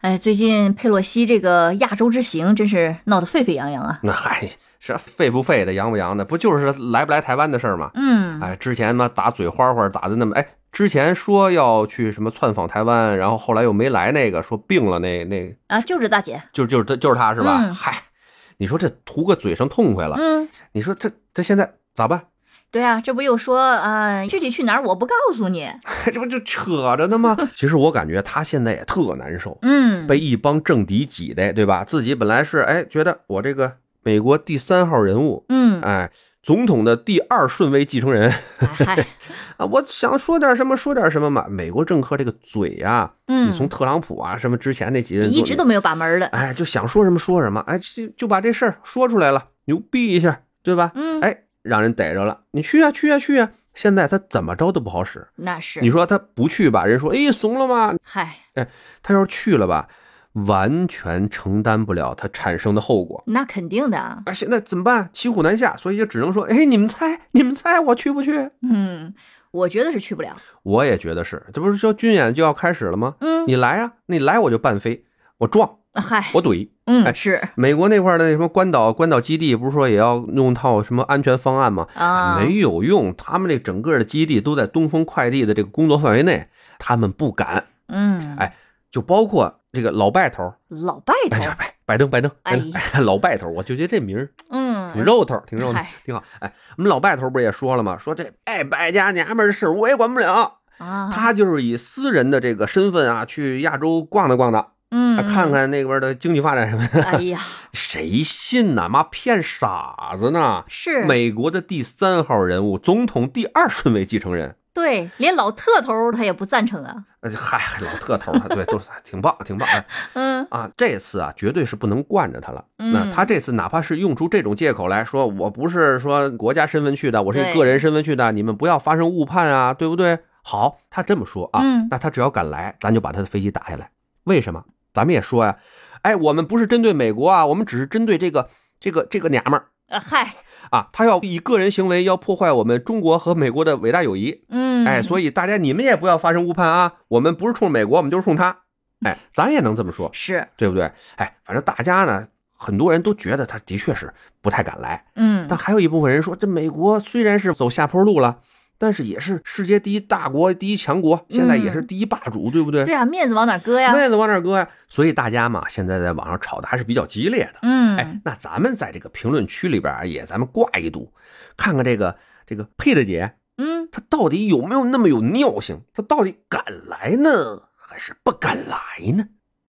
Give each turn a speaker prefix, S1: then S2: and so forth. S1: 哎，最近佩洛西这个亚洲之行真是闹得沸沸扬扬啊。
S2: 那嗨，是废不废的，扬不扬的，不就是来不来台湾的事儿吗？
S1: 嗯，
S2: 哎，之前嘛打嘴花花打的那么，哎，之前说要去什么窜访台湾，然后后来又没来，那个说病了那那
S1: 啊，就这大姐。
S2: 就就是他就是他是吧？
S1: 嗯
S2: 嗨，你说这图个嘴上痛快了，
S1: 嗯，
S2: 你说这这现在咋办？
S1: 对啊，这不又说啊、具体去哪儿我不告诉你。
S2: 这不就扯着呢 吗？其实我感觉他现在也特难受，
S1: 嗯，
S2: 被一帮政敌挤的，对吧？自己本来是哎觉得我这个美国第三号人物，
S1: 嗯，
S2: 哎，总统的第二顺位继承人
S1: 哎嗨，
S2: 啊，我想说点什么说点什么嘛。美国政客这个嘴啊，你从
S1: 嗯，
S2: 特朗普啊什么之前那几任总
S1: 一直都没有把门儿的。
S2: 哎就想说什么说什么，哎就就把这事儿说出来了，牛逼一下，对吧？
S1: 嗯，
S2: 哎，让人逮着了，你去啊去啊去啊！现在他怎么着都不好使。
S1: 那是
S2: 你。说他不去吧，人说哎怂了吗？
S1: 嗨，
S2: 他要是去了吧，完全承担不了他产生的后果。
S1: 那肯定的啊。
S2: 啊，现在怎么办？骑虎难下，所以就只能说，哎，你们猜，你们猜，我去不去？
S1: 嗯，我觉得是去不了。
S2: 我也觉得是，这不是说军演就要开始了吗？
S1: 嗯，
S2: 你来呀、你来我就半飞，我撞，
S1: 嗨，
S2: 我怼。哎
S1: 嗯，是
S2: 美国那块儿的那什么关岛关岛基地，不是说也要弄套什么安全方案吗？
S1: 啊，
S2: 没有用，他们这整个的基地都在东风快递的这个工作范围内，他们不敢。
S1: 嗯，
S2: 哎就包括这个老拜头，
S1: 老拜
S2: 哎，
S1: 头
S2: 就，拜拜登拜登，
S1: 哎
S2: 哎老拜头，我就觉得这名儿挺
S1: 嗯，
S2: 肉头，挺肉头
S1: 嗨，
S2: 挺好。哎，我们老拜头不是也说了吗？说这哎败家娘们儿的事儿我也管不了，
S1: 啊，
S2: 他就是以私人的这个身份啊，去亚洲逛荡逛荡，
S1: 嗯
S2: 啊看，看那边的经济发展什么的。
S1: 哎呀，
S2: 谁信呐？妈骗傻子呢！
S1: 是
S2: 美国的第三号人物，总统第二顺位继承人。
S1: 对，连老特头他也不赞成啊。
S2: 呃嗨，老特头啊， 对，都是挺棒，挺棒。哎
S1: 嗯
S2: 啊，这次啊，绝对是不能惯着他了。
S1: 嗯
S2: 那他这次哪怕是用出这种借口来说，我不是说国家身份去的，我是以
S1: 对
S2: 个人身份去的，你们不要发生误判啊，对不对？好，他这么说啊，
S1: 嗯
S2: 那他只要敢来，咱就把他的飞机打下来。为什么？咱们也说呀、哎，我们不是针对美国啊，我们只是针对这个这个这个娘们儿
S1: 啊，嗨，
S2: 啊，他要以个人行为要破坏我们中国和美国的伟大友谊。
S1: 嗯，
S2: 哎，所以大家你们也不要发生误判啊，我们不是冲美国，我们就是冲他。
S1: 嗯
S2: 哎，咱也能这么说。
S1: 是，
S2: 对不对？哎，反正大家呢，很多人都觉得他的确是不太敢来，
S1: 嗯
S2: 但，还有一部分人说，这美国虽然是走下坡路了，但是也是世界第一大国、第一强国，现在也是第一霸主，对不对？
S1: 嗯对啊，面子往哪儿搁呀？
S2: 面子往哪儿搁呀？所以大家嘛，现在在网上吵的还是比较激烈的。哎
S1: 嗯，，
S2: 那咱们在这个评论区里边啊，也咱们挂一堵，看看这个这个佩德姐，
S1: 嗯，
S2: 她到底有没有那么有尿性？她到底敢来呢，还是不敢来呢？